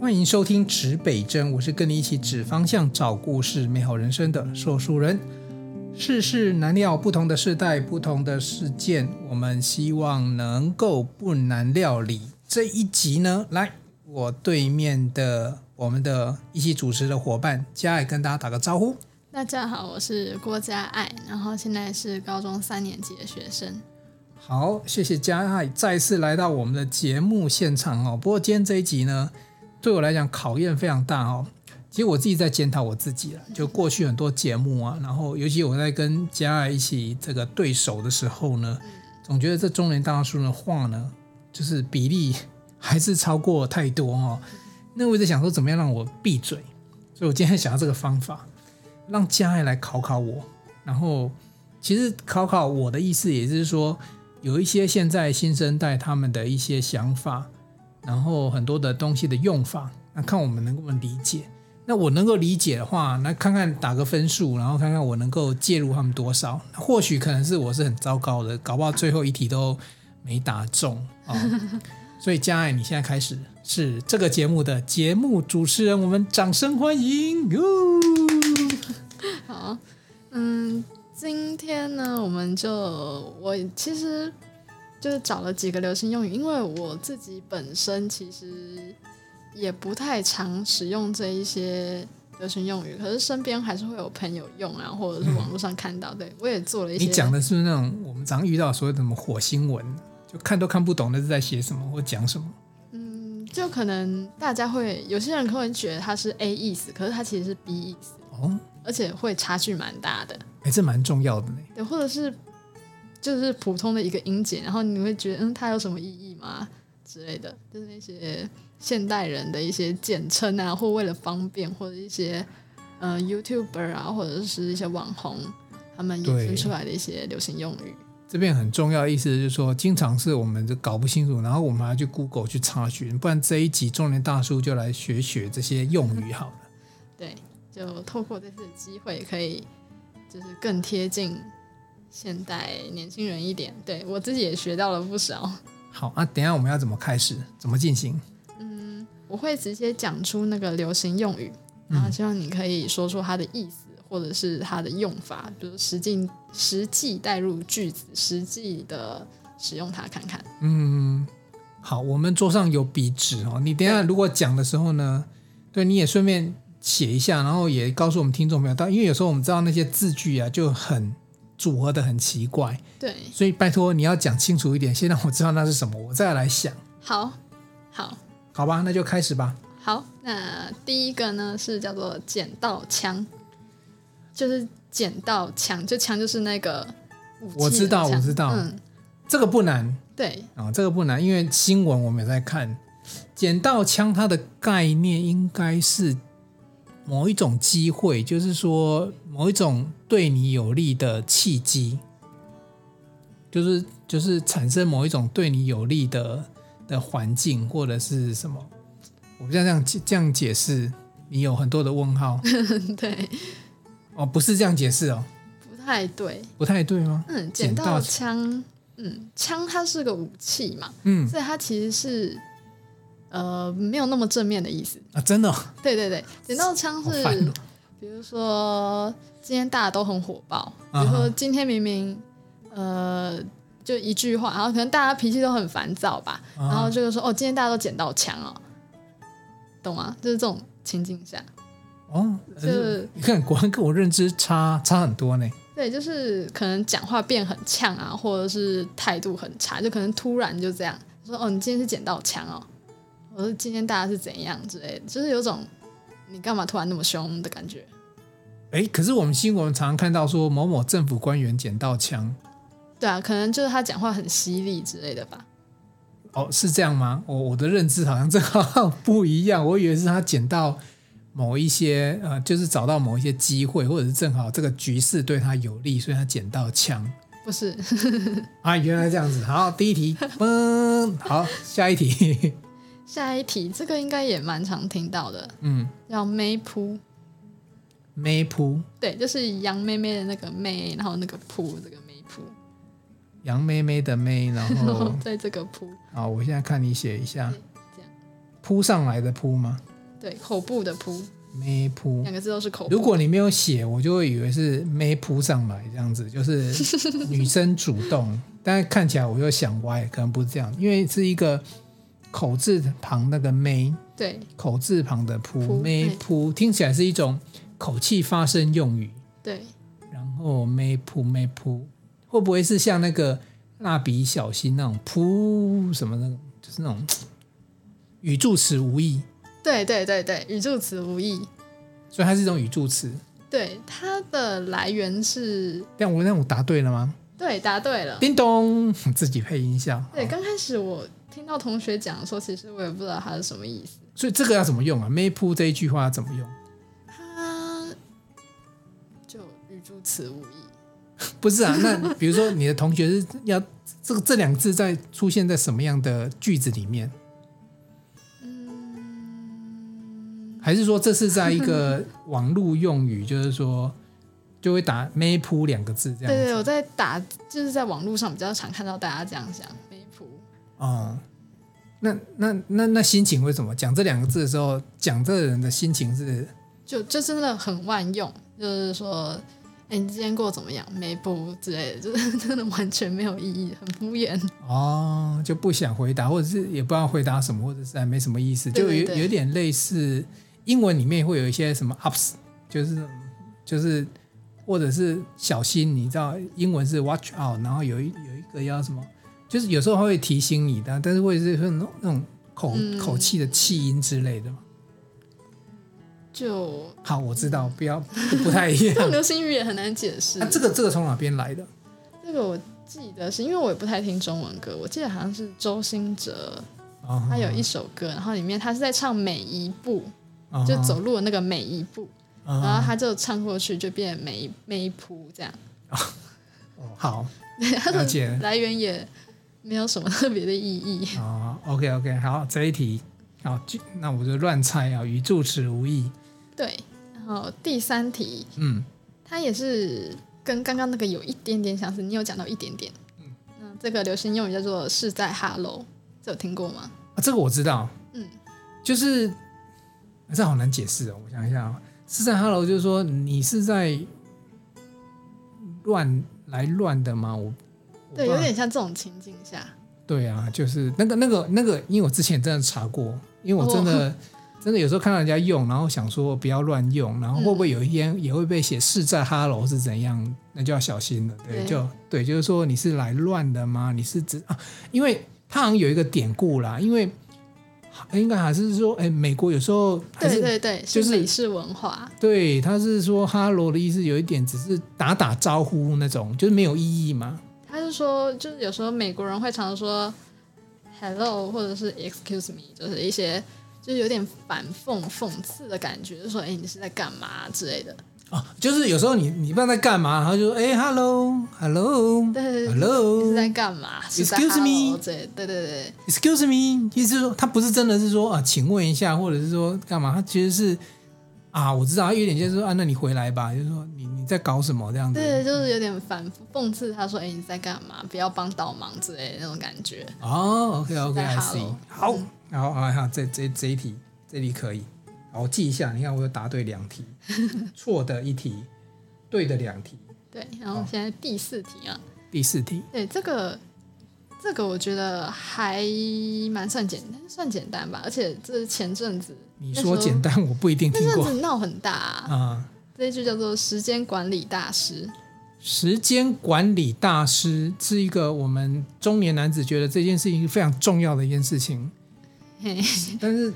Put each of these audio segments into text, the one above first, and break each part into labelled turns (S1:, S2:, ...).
S1: 欢迎收听指北针，我是跟你一起指方向、找故事、美好人生的说书人。世事难料，不同的世代，不同的事件，我们希望能够不难料理。这一集呢，来，我对面的我们的一起主持的伙伴佳爱跟大家打个招呼。
S2: 大家好，我是郭佳爱，然后现在是高中三年级的学生。
S1: 好，谢谢佳爱再次来到我们的节目现场哦。不过今天这一集呢，对我来讲考验非常大哦。其实我自己在检讨我自己了，就过去很多节目啊，然后尤其我在跟佳爱一起这个对手的时候呢，总觉得这中年大叔的话呢，就是比例还是超过太多哦。那我一直想说，怎么样让我闭嘴？所以我今天想到这个方法，让佳爱来考考我。然后，其实考考我的意思，也就是说，有一些现在新生代他们的一些想法，然后很多的东西的用法，那看我们能不能理解。那我能够理解的话，那看看打个分数，然后看看我能够介入他们多少。或许可能是我是很糟糕的，搞不好最后一题都没答中啊。哦所以佳爱，你现在开始是这个节目的节目主持人，我们掌声欢迎哟！
S2: 好，嗯，今天呢，我们就我其实就是找了几个流行用语，因为我自己本身其实也不太常使用这一些流行用语，可是身边还是会有朋友用啊，或者是网络上 看到，对我也做了一些。
S1: 你讲的是不是那种我们常遇到所谓的什么火星文，就看都看不懂那是在写什么或讲什么？
S2: 嗯，就可能大家会有些人可能会觉得它是 A 意思，可是它其实是 B 意思，
S1: 哦，
S2: 而且会差距蛮大的。
S1: 哎，这蛮重要的呢。
S2: 对，或者是就是普通的一个音节，然后你会觉得嗯，它有什么意义吗之类的，就是那些现代人的一些简称啊，或为了方便，或者一些呃 YouTuber 啊，或者是一些网红他们衍
S1: 对
S2: 生出来的一些流行用语。
S1: 这边很重要的意思就是说，经常是我们就搞不清楚，然后我们还要去 Google 去查询，不然这一集中年大叔就来学学这些用语好了。
S2: 对，就透过这次的机会，可以就是更贴近现代年轻人一点。对我自己也学到了不少。
S1: 好啊，等一下我们要怎么开始，怎么进行？
S2: 我会直接讲出那个流行用语，然后
S1: 嗯
S2: 希望你可以说出它的意思，或者是它的用法，比如实际实际带入句子，实际的使用它看看。
S1: 嗯，好，我们桌上有笔纸哦，你等一下
S2: 对
S1: 如果讲的时候呢，对，你也顺便写一下，然后也告诉我们听众朋友，但因为有时候我们知道那些字句啊就很组合的很奇怪，
S2: 对，
S1: 所以拜托你要讲清楚一点，先让我知道那是什么，我再来想，
S2: 好，好，
S1: 好吧？那就开始吧。
S2: 好。那第一个呢是叫做捡到枪，就是捡到枪，就枪就是那个武器的
S1: 我知道
S2: 枪
S1: 我知道
S2: 嗯，
S1: 这个不难，
S2: 对，
S1: 啊、这个不难，因为新闻我们也在看。捡到枪，它的概念应该是某一种机会，就是说某一种对你有利的契机，就是就是产生某一种对你有利的的环境或者是什么。我不知道这样这样解释，你有很多的问号
S2: 对，
S1: 哦，不是这样解释哦，
S2: 不太对。
S1: 不太对哦吗？
S2: 嗯，
S1: 捡
S2: 捡
S1: 到
S2: 到枪，嗯，枪它是个武器嘛，
S1: 嗯
S2: 所以它其实是呃没有那么正面的意思。
S1: 啊，真的哦、
S2: 对对对，捡到枪
S1: 好
S2: 是，
S1: 烦哦。
S2: 比如说今天大家都很火爆，比
S1: 啊哈
S2: 如说今天明明呃就一句话，然后可能大家脾气都很烦躁吧，
S1: 啊
S2: 然后就是说哦今天大家都捡到枪哦，懂吗？就是这种情境下，
S1: 哦，
S2: 就
S1: 呃你看，果然跟我认知差差很多呢。
S2: 对，就是可能讲话变很呛啊，或者是态度很差，就可能突然就这样说：“哦，你今天是捡到枪哦。”我说：“今天大家是怎样之类的，就是有种你干嘛突然那么凶的感觉。
S1: 哎，可是我们新闻常常看到说某某政府官员捡到枪，”
S2: 对啊，可能就是他讲话很犀利之类的吧。
S1: 哦，是这样吗？我我的认知好像正好不一样，我以为是他捡到某一些呃，就是找到某一些机会，或者是正好这个局势对他有利，所以他捡到枪
S2: 不是，
S1: 啊，原来这样子。好，第一题，嘣，好，下一题，
S2: 下一题这个应该也蛮常听到的，
S1: 嗯，
S2: 叫妹扑，
S1: 妹扑，
S2: 对，就是杨妹妹的那个妹，然后那个扑，这个妹扑，
S1: 哦杨妹妹的妹，然
S2: 然 后
S1: 后
S2: 对这个扑，
S1: 啊，我现在看你写一下
S2: 这样，
S1: 扑上来的扑吗？
S2: 对，口部的扑，
S1: 没铺。
S2: 两个字都是口部。
S1: 如果你没有写，我就会以为是没扑上来这样子，就是女生主动。但是看起来我又想歪，可能不是这样，因为是一个口字旁那个妹，
S2: 对
S1: 口字旁的扑
S2: 扑
S1: 妹
S2: 哎
S1: 扑，听起来是一种口气发声用语。
S2: 对，
S1: 然后妹扑妹扑，会不会是像那个蜡笔小新那种扑什么那种，就是那种语助词无意，
S2: 对对对对，语助词无意。
S1: 所以它是一种语助词。
S2: 对，它的来源是，
S1: 但我那我答对了吗？
S2: 对，答对了。
S1: 叮咚， 自己配音效。
S2: 对，
S1: 好
S2: 刚开始我听到同学讲说，其实我也不知道它是什么意思。
S1: 所以这个要怎么用啊？妹扑这一句话要怎么用？
S2: 它就语助词无意。
S1: 不是啊，那比如说你的同学是要这个这两个字在出现在什么样的句子里面？
S2: 嗯
S1: 还是说这是在一 个网络用语，就是说就会打妹扑两个字这样
S2: 对对，
S1: 子？
S2: 我在打，就是在网络上比较常看到大家这样讲梅普。
S1: 哦、那那那那心情会怎么讲这两个字的时候，讲这个人的心情是
S2: 就就真的很万用，就是说，哎、你今天过得怎么样？没不之类的，就是 真的完全没有意义，很敷衍。
S1: 哦，就不想回答，或者是也不知道回答什么，或者是还没什么意思，
S2: 对
S1: 就
S2: 对
S1: 有
S2: 对
S1: 有点类似英文里面会有一些什么 ups，就是就是或者是小心，你知道英文是 watch out，然后有一有一个要什么，就是有时候它会提醒你的，但是会是会那种那种口、
S2: 嗯
S1: 口气的气音之类的嘛。
S2: 就
S1: 好，我知
S2: 嗯
S1: 道，不要不不太一样啊
S2: 这。种流行语也很难解 释。
S1: 那、这个这个从哪边来的？
S2: 这个我记得是因为我也不太听中文歌，我记得好像是周兴哲，
S1: 哦
S2: 他有一首歌，然后里面他是在唱每一步，
S1: 哦
S2: 就走路的那个每一步，
S1: 哦
S2: 然后他就唱过去就变每一每一步这样。
S1: 哦好，
S2: 他
S1: 了解
S2: 的来源也没有什么特别的意义。
S1: 哦，OK OK，好，这一题，好，就那我就乱猜啊，语助词无意。
S2: 对，然后第三题，
S1: 嗯，
S2: 它也是跟刚刚那个有一点点相似，你有讲到一点点。嗯，这个流行用语叫做“是在哈喽”，这有听过吗？
S1: 啊这个我知道，
S2: 嗯，
S1: 就是啊这好难解释哦，我想一下啊，是在 Hello，就是说你是在乱来乱的吗？我我
S2: 对，
S1: 不知
S2: 有
S1: 道
S2: 点像这种情境下，
S1: 对啊，就是那个那个那个，因为我之前真的查过，因为我真
S2: 哦
S1: 的、真的有时候看到人家用，然后想说不要乱用，然后会不
S2: 嗯
S1: 会有一天也会被写是在哈喽是怎样，那就要小心了。对，
S2: 对
S1: 就对，就是说你是来乱的吗？你是指啊？因为它好像有一个典故啦，因为应该还是说，哎，美国有时候还是
S2: 对对对，
S1: 就是是
S2: 美式文化。
S1: 对，他是说哈喽的意思有一点只是打打招呼那种，就是没有意义嘛。
S2: 他是说，就是有时候美国人会常说 “hello” 或者是 “excuse me”，就是一些就是有点反讽、讽刺的感觉，就说“哎，你是在干嘛”之类的。
S1: 哦，就是有时候你你不知道在干嘛，然后就说哎，hello，hello，hello，
S2: 对对对
S1: Hello
S2: 你是在干嘛？是在
S1: Excuse me
S2: “hello” 之类的。对对对，
S1: Excuse me，意思是说他不是真的是说啊，请问一下，或者是说干嘛？他其实是啊，我知道，他有点就是说啊，那你回来吧，就是说你你在搞什么这样子。
S2: 对，就是有点反复讽刺他说：“哎、你在干嘛？不要帮倒忙之类的那种感觉。
S1: 哦，OK OK，I
S2: 在
S1: see
S2: hello。
S1: 好，好，好，好，这这这一题，这题可以。好，我记一下，你看我有答对两 题，错的一题，对的两题。”
S2: 对，然后
S1: 好
S2: 现在第四题啊，
S1: 第四题，
S2: 对这个这个我觉得还蛮算简单，算简单吧。而且这是前阵子
S1: 你
S2: 那时
S1: 说
S2: 候
S1: 简单，我不一定
S2: 那
S1: 听
S2: 阵
S1: 过
S2: 子闹很大、啊，
S1: 啊。
S2: 这一句叫做“时间管理大师
S1: 时间管理大师是一个我们中年男子觉得这件事情是非常重要的一件事情
S2: 嘿，
S1: 但是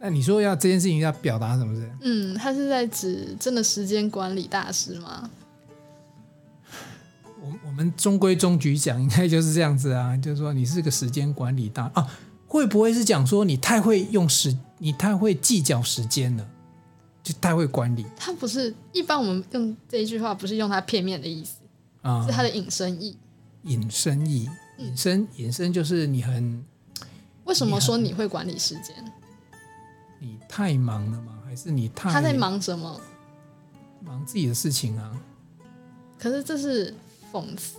S1: 那你说要这件事情要表达什么事？”。
S2: 嗯，他是在指真的时间管理大师吗？
S1: 我我们中规中矩讲，应该就是这样子啊，就是说你是个时间管理大啊，会不会是讲说你太会用时，你太会计较时间了，就太会管理
S2: 他不是一般我们用这一句话不是用它片面的意思，
S1: 啊
S2: 是？它的引申义。
S1: 引申意，
S2: 嗯
S1: 引申引申就是你很
S2: 为什
S1: 厉
S2: 么
S1: 害
S2: 说你会管理时间？
S1: 你太忙了吗？还是你太
S2: 他在忙什么？
S1: 忙自己的事情啊？
S2: 可是这是讽刺，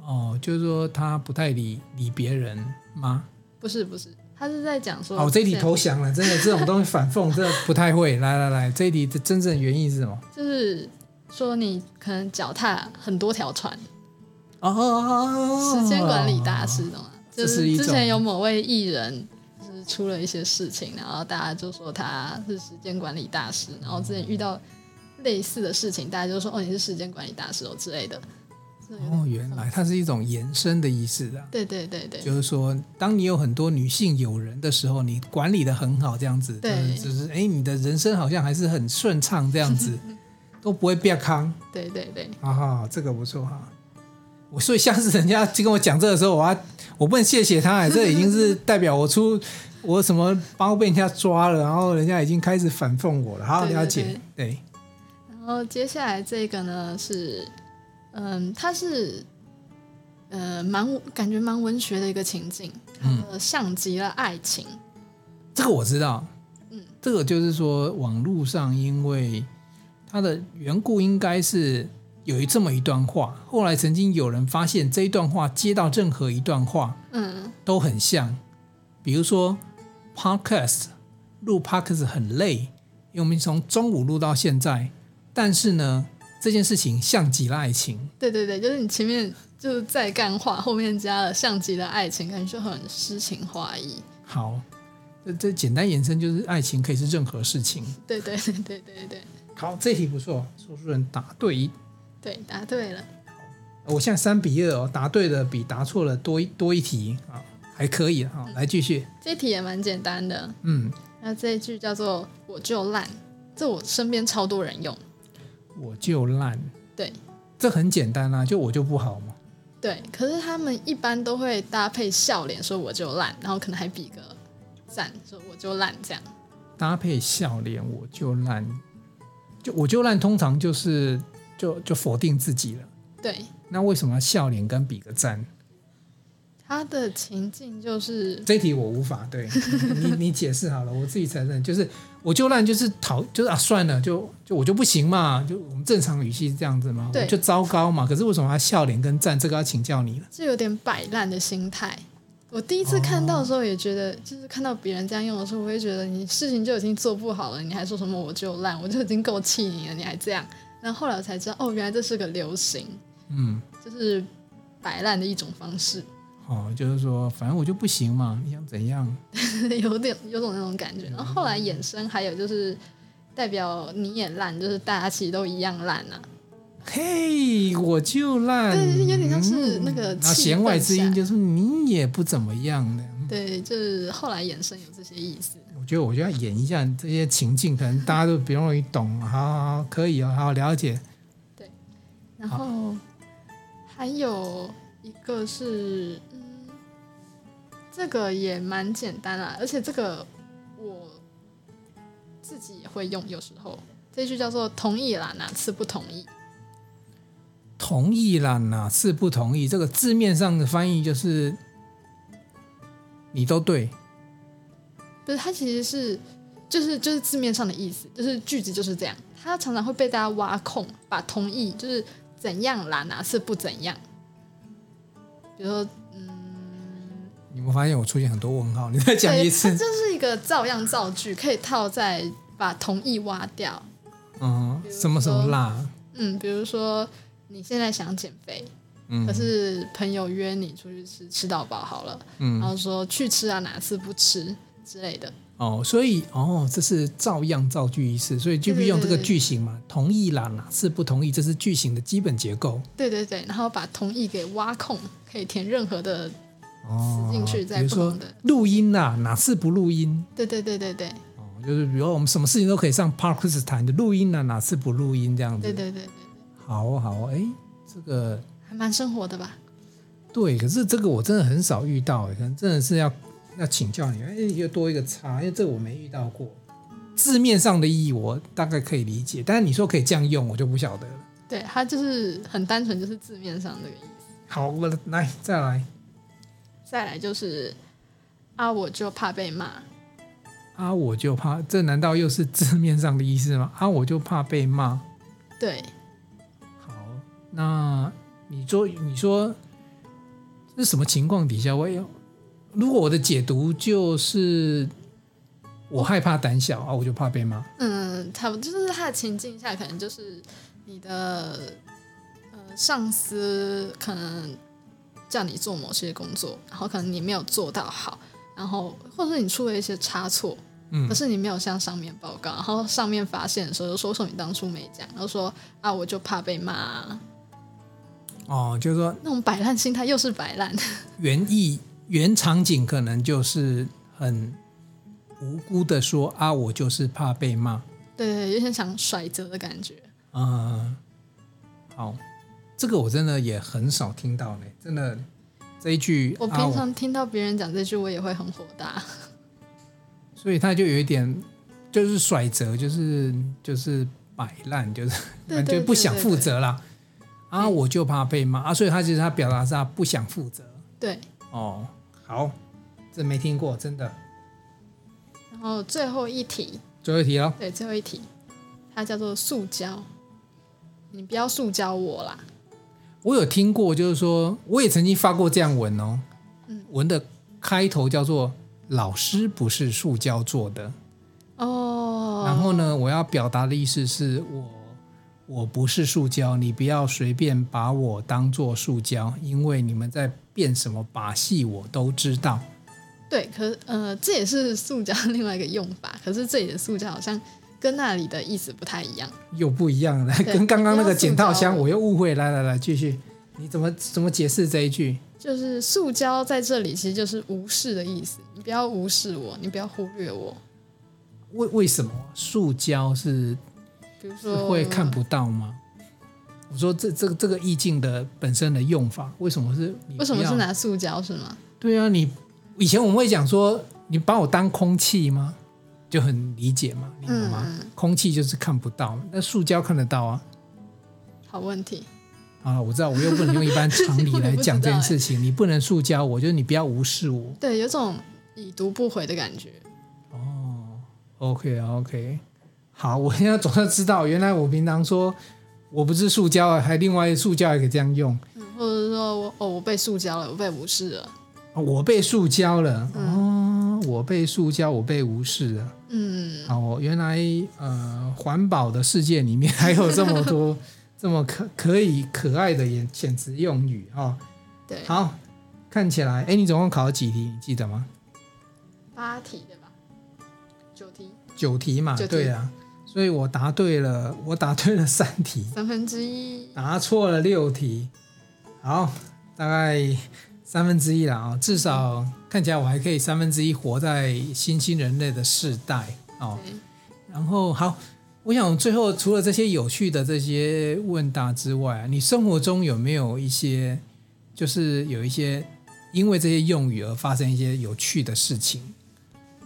S1: 哦，就是说他不太理理别人吗？
S2: 不是不是，他是在讲说，
S1: 好，我这一题投降了，真的这种东西反讽真的不太会。来来来，这一题的真正原意是什么？
S2: 就是说你可能脚踏很多条船，
S1: 哦，
S2: 时间管理大师，懂吗？
S1: 这
S2: 就是
S1: 一
S2: 之
S1: 种
S2: 前有某位艺人就是出了一些事情，然后大家就说哦他是时间管理大师，然后之前遇到类似的事情，大家就说哦你是时间管理大师哦之类的。这有点
S1: 哦，原来它是一种延伸的意思啊，
S2: 对对对对，
S1: 就是说，当你有很多女性友人的时候，你管理的很好，这样子，
S2: 对
S1: 就是哎，诶你的人生好像还是很顺畅，这样 子都不会变康
S2: 对对对，
S1: 啊哈，这个不错哈。我所以下次人家跟我讲这个时候，我要我不能谢谢他，这已经是代表我出我什么包被人家抓了，然后人家已经开始反讽我了。好，
S2: 对对
S1: 了解，对，
S2: 然后接下来这个呢是，嗯，它是呃蛮感觉蛮文学的一个情境，
S1: 嗯
S2: 呃，像极了爱情，
S1: 这个我知道，
S2: 嗯，
S1: 这个就是说网络上因为它的缘故，应该是有一这么一段话，后来曾经有人发现这一段话接到任何一段话
S2: 嗯，
S1: 都很像，比如说 podcast 录 podcast 很累，因为我们从中午录到现在，但是呢，这件事情像极了爱情。
S2: 对对对，就是你前面就是在干话，后面加了像极了爱情，感觉就很诗情画意，
S1: 好，这这简单延伸就是爱情可以是任何事情。
S2: 对对对对对对
S1: 好，这题不错，说书人答对一
S2: 对，答对了，
S1: 我现在三比二哦，答对的比答错了多一多一题啊，还可以啊。来继续，
S2: 这题也蛮简单的，
S1: 嗯，
S2: 那这一句叫做“我就烂”，这我身边超多人用，
S1: 我就烂，
S2: 对
S1: 这很简单啊啦、就我就不好嘛。
S2: 对，可是他们一般都会搭配笑脸说我就烂，然后可能还比个赞说我就烂这样。
S1: 搭配笑脸，我就烂，就我就烂，通常就是就就否定自己了。
S2: 对，
S1: 那为什么要笑脸跟比个赞？
S2: 他的情境就是
S1: 这一题我无法对你 你解释好了，我自己承认，就是我就烂，就是讨，就是啊算了，就就我就不行嘛，就我们正常语气是这样子嘛，
S2: 对
S1: 我就糟糕嘛。可是为什么要笑脸跟赞？这个要请教你了。
S2: 这有点摆烂的心态。我第一次看到的时候也觉得，就是看到别人这样用的时候，我会觉得你事情就已经做不好了，你还说什么我就烂，我就已经够气你了，你还这样。然后后来我才知道，哦，原来这是个流行，
S1: 嗯，
S2: 就是摆烂的一种方式，
S1: 哦，就是说，反正我就不行嘛，你想怎样？
S2: 有点有种那种感觉。然后后来衍生还有就是代表你也烂，就是大家其实都一样烂啊。
S1: 嘿，我就烂，
S2: 对有点像是那个
S1: 嗯然后
S2: 气
S1: 弦外
S2: 氛
S1: 之
S2: 下
S1: 音就是你也不怎么样的。
S2: 对，就是后来衍生有这些意思。
S1: 我觉得，我就要演一下这些情境，可能大家都比较容易懂。好好好，可以哦，好了解。
S2: 然后还有一个是，嗯，这个也蛮简单啦，而且这个我自己也会用，有时候这句叫做“同意啦，哪次不同意
S1: 同意啦，哪次不同意？这个字面上的翻译就是你都对，”，
S2: 不是它其实是就是就是字面上的意思，就是句子就是这样。它常常会被大家挖空，把同意就是怎样啦，哪次不怎样，比如说。嗯。
S1: 你们发现我出现很多问号？你 再讲一
S2: 对
S1: 次
S2: 它。就是一个照样造句，可以套在把同意挖掉。
S1: 嗯，什么什么啦？
S2: 嗯，比如说你现在想减肥，
S1: 嗯，
S2: 可是朋友约你出去吃，吃到饱好了，
S1: 嗯
S2: 然后说去吃啊，哪次不吃之类的。
S1: 哦，所以哦，这是照样造句意思，所以就
S2: 对
S1: 必
S2: 对
S1: 用这个
S2: 对
S1: 句型嘛，同意啦，哪次不同意，这是句型的基本结构。
S2: 对对对，然后把同意给挖空，可以填任何的。
S1: 哦，
S2: 进去再
S1: 比如
S2: 不同
S1: 说
S2: 的
S1: 录音啦，哪次不录音？
S2: 对对对对对
S1: 哦，就是比如说我们什么事情都可以上 Parkers 谈的，录音啦，啊哪次不录音这样子。
S2: 对对对对，
S1: 好哦好哦，哎，这个
S2: 还蛮生活的吧？
S1: 对，可是这个我真的很少遇到，欸可能真的是要要请教你，哎，又多一个差，因为这个我没遇到过。字面上的意义我大概可以理解，但是你说可以这样用，我就不晓得了。
S2: 对，它就是很单纯，就是字面上这个意思。
S1: 好，我来再来
S2: 再来就是啊，我就怕被骂。
S1: 啊！我就怕，这难道又是字面上的意思吗？啊，我就怕被骂。
S2: 对，
S1: 好，那你说，你说这是什么情况底下我要如果我的解读就是我害怕胆小啊，我就怕被骂。
S2: 嗯，差不多就是他的情境下，可能就是你的呃上司可能叫你做某些工作，然后可能你没有做到好，然后或者是你出了一些差错，
S1: 嗯
S2: 可是你没有向上面报告，然后上面发现的时候就说说你当初没讲，然后说啊我就怕被骂啊，
S1: 哦，就是说
S2: 那种摆烂心态又是摆烂，
S1: 原意原场景可能就是很无辜的说啊，我就是怕被骂啊、
S2: 对，有点想甩责的感觉。
S1: 呃好，这个我真的也很少听到呢，真的这一句
S2: 我
S1: 啊
S2: 平常听到别人讲这句，我也会很火大。
S1: 所以他就有一点就是甩责，就是就是摆烂，就是
S2: 对 对
S1: 就不想
S2: 对
S1: 负责啦。啊，我就怕被骂啊，所以他其实他表达是他不想负责
S2: 对，
S1: 哦。好，这没听过，真的。
S2: 然后最后一题，
S1: 最后一题喽，
S2: 对，最后一题，它叫做塑胶。你不要塑胶我啦，
S1: 我有听过，就是说我也曾经发过这样文哦，
S2: 嗯
S1: 文的开头叫做“老师不是塑胶做的”，
S2: 哦，
S1: 然后呢，我要表达的意思是我我不是塑胶，你不要随便把我当做塑胶，因为你们在变什么把戏，我都知道。
S2: 对，可呃，这也是塑胶另外一个用法，可是这里的塑胶好像跟那里的意思不太一样。
S1: 又不一样 了，
S2: 对
S1: 跟刚刚那
S2: 不
S1: 个
S2: 要塑
S1: 剪刀
S2: 胶
S1: 箱
S2: 了
S1: 我又误会。来来来，继续，你怎么怎么解释这一句？
S2: 就是塑胶在这里其实就是无视的意思，你不要无视我，你不要忽略我。
S1: 为为什么塑胶是
S2: 比如
S1: 是
S2: 说，
S1: 会看不到吗？我说这这个这个意境的本身的用法，为什么是你
S2: 为什么
S1: 不要
S2: 是拿塑胶是吗？
S1: 对啊，你以前我们会讲说，你把我当空气吗？就很理解嘛，你懂吗？
S2: 嗯
S1: 空气就是看不到，那塑胶看得到啊。
S2: 好问题。
S1: 啊，我知道，我又不能用一般常理来讲这件事 情，你不能塑胶我，就是你不要无视我。
S2: 对，有种已读不回的感觉。
S1: 哦，OK OK，好， 我现在总算知道，原来我平常说我不是塑胶啊，还另外塑胶也可以这样用。
S2: 嗯，或者说我哦，我被塑胶了，我被无视了。
S1: 哦我被塑胶了，哦，我被塑胶，我被无视了。
S2: 嗯，
S1: 哦，原来呃，环保的世界里面还有这么 多这么可可以可爱的言遣词用语哦。
S2: 对，
S1: 好，看起来，哎，你总共考了几题？你记得吗？
S2: 八题对吧？九题，
S1: 九题嘛，
S2: 九题
S1: 对啊。所以我答对了，我答对了三题，
S2: 三分之一。
S1: 答错了六题。好，大概三分之一了啊、至少看起来我还可以三分之一活在新兴人类的世代哦。
S2: 对，
S1: 然后好，我想最后除了这些有趣的这些问答之外啊，你生活中有没有一些，就是有一些因为这些用语而发生一些有趣的事情？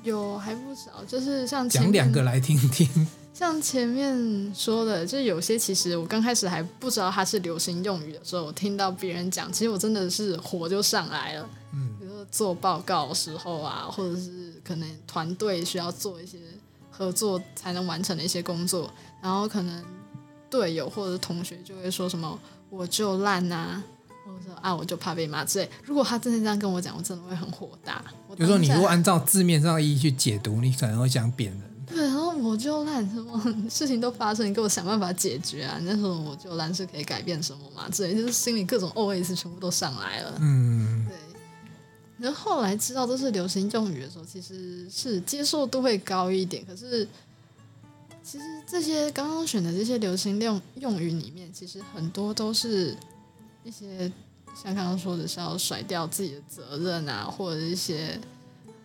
S2: 有还不少，就是像前
S1: 讲两个
S2: 面，
S1: 来听听。
S2: 像前面说的，就有些其实我刚开始还不知道它是流行用语的时候，我听到别人讲，其实我真的是火就上来了。
S1: 嗯，
S2: 比如说做报告的时候啊，或者是可能团队需要做一些合作才能完成的一些工作，然后可能队友或者是同学就会说什么“我就烂啊”，或者说“啊我就怕被骂”之类。如果他真的这样跟我讲，我真的会很火大。我
S1: 比如说你
S2: 当
S1: 如
S2: 下
S1: 果按照字面上的意义去解读，你可能会想扁人。
S2: 对，然后我就烂什么事情都发生，你给我想办法解决啊！你那时候我就烂是可以改变什么嘛？之类，就是心里各种 OS 全部都上来了。
S1: 嗯，
S2: 对，然后后来知道这是流行用语的时候，其实是接受度会高一点。可是，其实这些刚刚选的这些流行用用语里面，其实很多都是一些像刚刚说的是要甩掉自己的责任啊，或者一些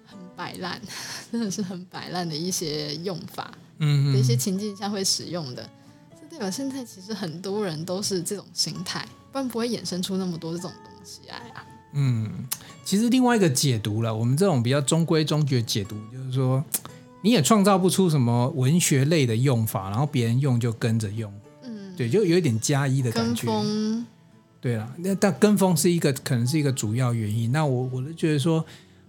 S2: 很摆烂， 真的是很摆烂的一些用法，
S1: 嗯嗯
S2: 的一些情境下会使用的。这代表现在其实很多人都是这种心态，不然不会衍生出那么多这种东西来啊。
S1: 嗯，其实另外一个解读了，我们这种比较中规中矩的解读，就是说你也创造不出什么文学类的用法，然后别人用就跟着用，
S2: 嗯，
S1: 对，就有一点加一的感
S2: 跟
S1: 觉。
S2: 风，
S1: 对啦，那但跟风是一个可能是一个主要原因。那我我就觉得说，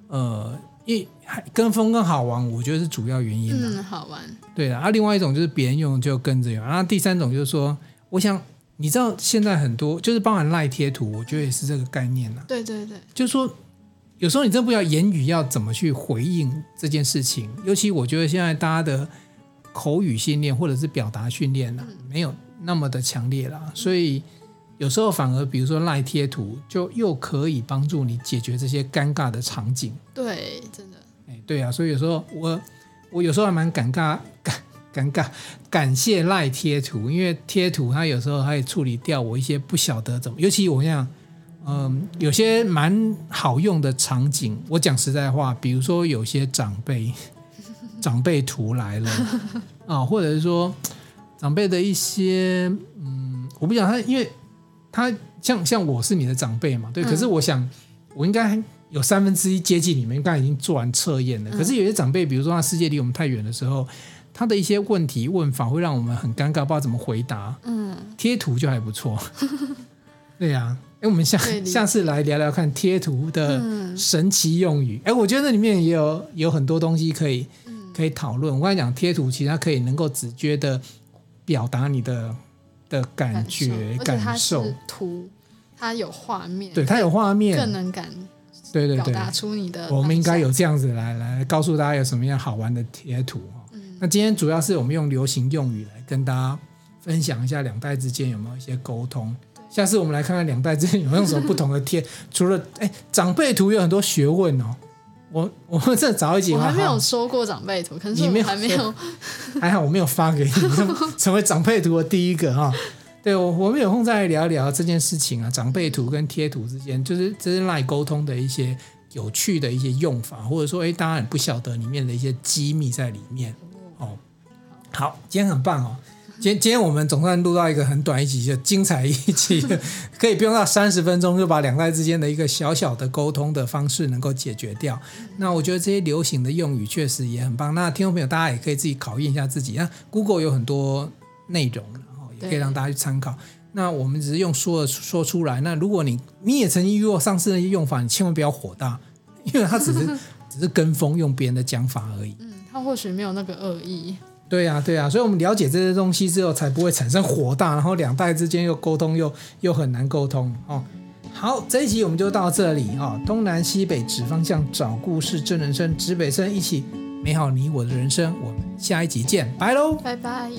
S1: 呃，一还跟风跟好玩，我觉得是主要原因啦。
S2: 嗯，好玩，
S1: 对啦，啊，另外一种就是别人用就跟着用，然后第三种就是说，我想你知道现在很多就是包含赖贴图，我觉得也是这个概念啦。
S2: 对对对，
S1: 就是说有时候你真不知道言语要怎么去回应这件事情。尤其我觉得现在大家的口语训练或者是表达训练啊，没有那么的强烈啦，所以有时候反而比如说赖贴图，就又可以帮助你解决这些尴尬的场景。
S2: 对，真的，
S1: 哎，对啊，所以有时候我我有时候还蛮尴尬，尴尴尬，感谢赖贴图，因为贴图它有时候它也处理掉我一些不晓得怎么，尤其我想，嗯，有些蛮好用的场景，我讲实在话，比如说有些长辈 长辈图来了啊，或者是说长辈的一些，嗯，我不讲他，因为他像像我是你的长辈嘛，对，可是我想我应该有三分之一接近你们，刚才已经做完测验
S2: 嗯
S1: 了。可是有些长辈，比如说他世界离我们太远的时候，他的一些问题问法会让我们很尴尬，不知道怎么回答。
S2: 嗯，
S1: 贴图就还不错， 对呀、哎，我们下
S2: 对理解
S1: 下次来聊聊看贴图的
S2: 嗯
S1: 神奇用语。哎、我觉得那里面也有有很多东西可以
S2: 嗯
S1: 可以讨论。我刚才讲贴图，其实它可以能够直觉的表达你的的感觉
S2: 而且它
S1: 感受
S2: 是，图，它有画面，
S1: 对，它有画面，
S2: 更能感
S1: 对对
S2: 表
S1: 对，
S2: 达出你的感想。
S1: 我们应该有这样子来来告诉大家有什么样好玩的贴图哦。那今天主要是我们用流行用语来跟大家分享一下两代之间有没有一些沟通。下次我们来看看两代之间有没有用什么不同的贴， 除了哎长辈图有很多学问哦。我 我们这早一集
S2: 我还没
S1: 好
S2: 有收过长辈图，可是
S1: 你没
S2: 我
S1: 有
S2: 还没
S1: 收
S2: 有，
S1: 还哎好我没有发给你，成为长辈图的第一个哈、对我，我们有空再聊一聊这件事情啊，长辈图跟贴图之间，就是这是赖沟通的一些有趣的一些用法，或者说，哎，当然不晓得里面的一些机密在里面哦。好，今天很棒哦。今天今天我们总算录到一个很短一集，就精彩一集， 可以不用到三十分钟就把两代之间的一个小小的沟通的方式能够解决掉。那我觉得这些流行的用语确实也很棒。那听众朋友，大家也可以自己考验一下自己。那 Google 有很多内容，然后也可以
S2: 对
S1: 让大家去参考。那我们只是用说的说出来。那如果你你也曾经遇过上次那些用法，你千万不要火大，因为它只是 只是跟风用别人的讲法而已。
S2: 嗯，他或许没有那个恶意，
S1: 对呀、对呀、啊所以我们了解这些东西之后，才不会产生火大，然后两代之间又沟通又又很难沟通哦。好，这一集我们就到这里啊、哦，东南西北指方向，找故事真人生，指北针，一起美好你我的人生，我们下一集见，拜喽。
S2: 拜拜。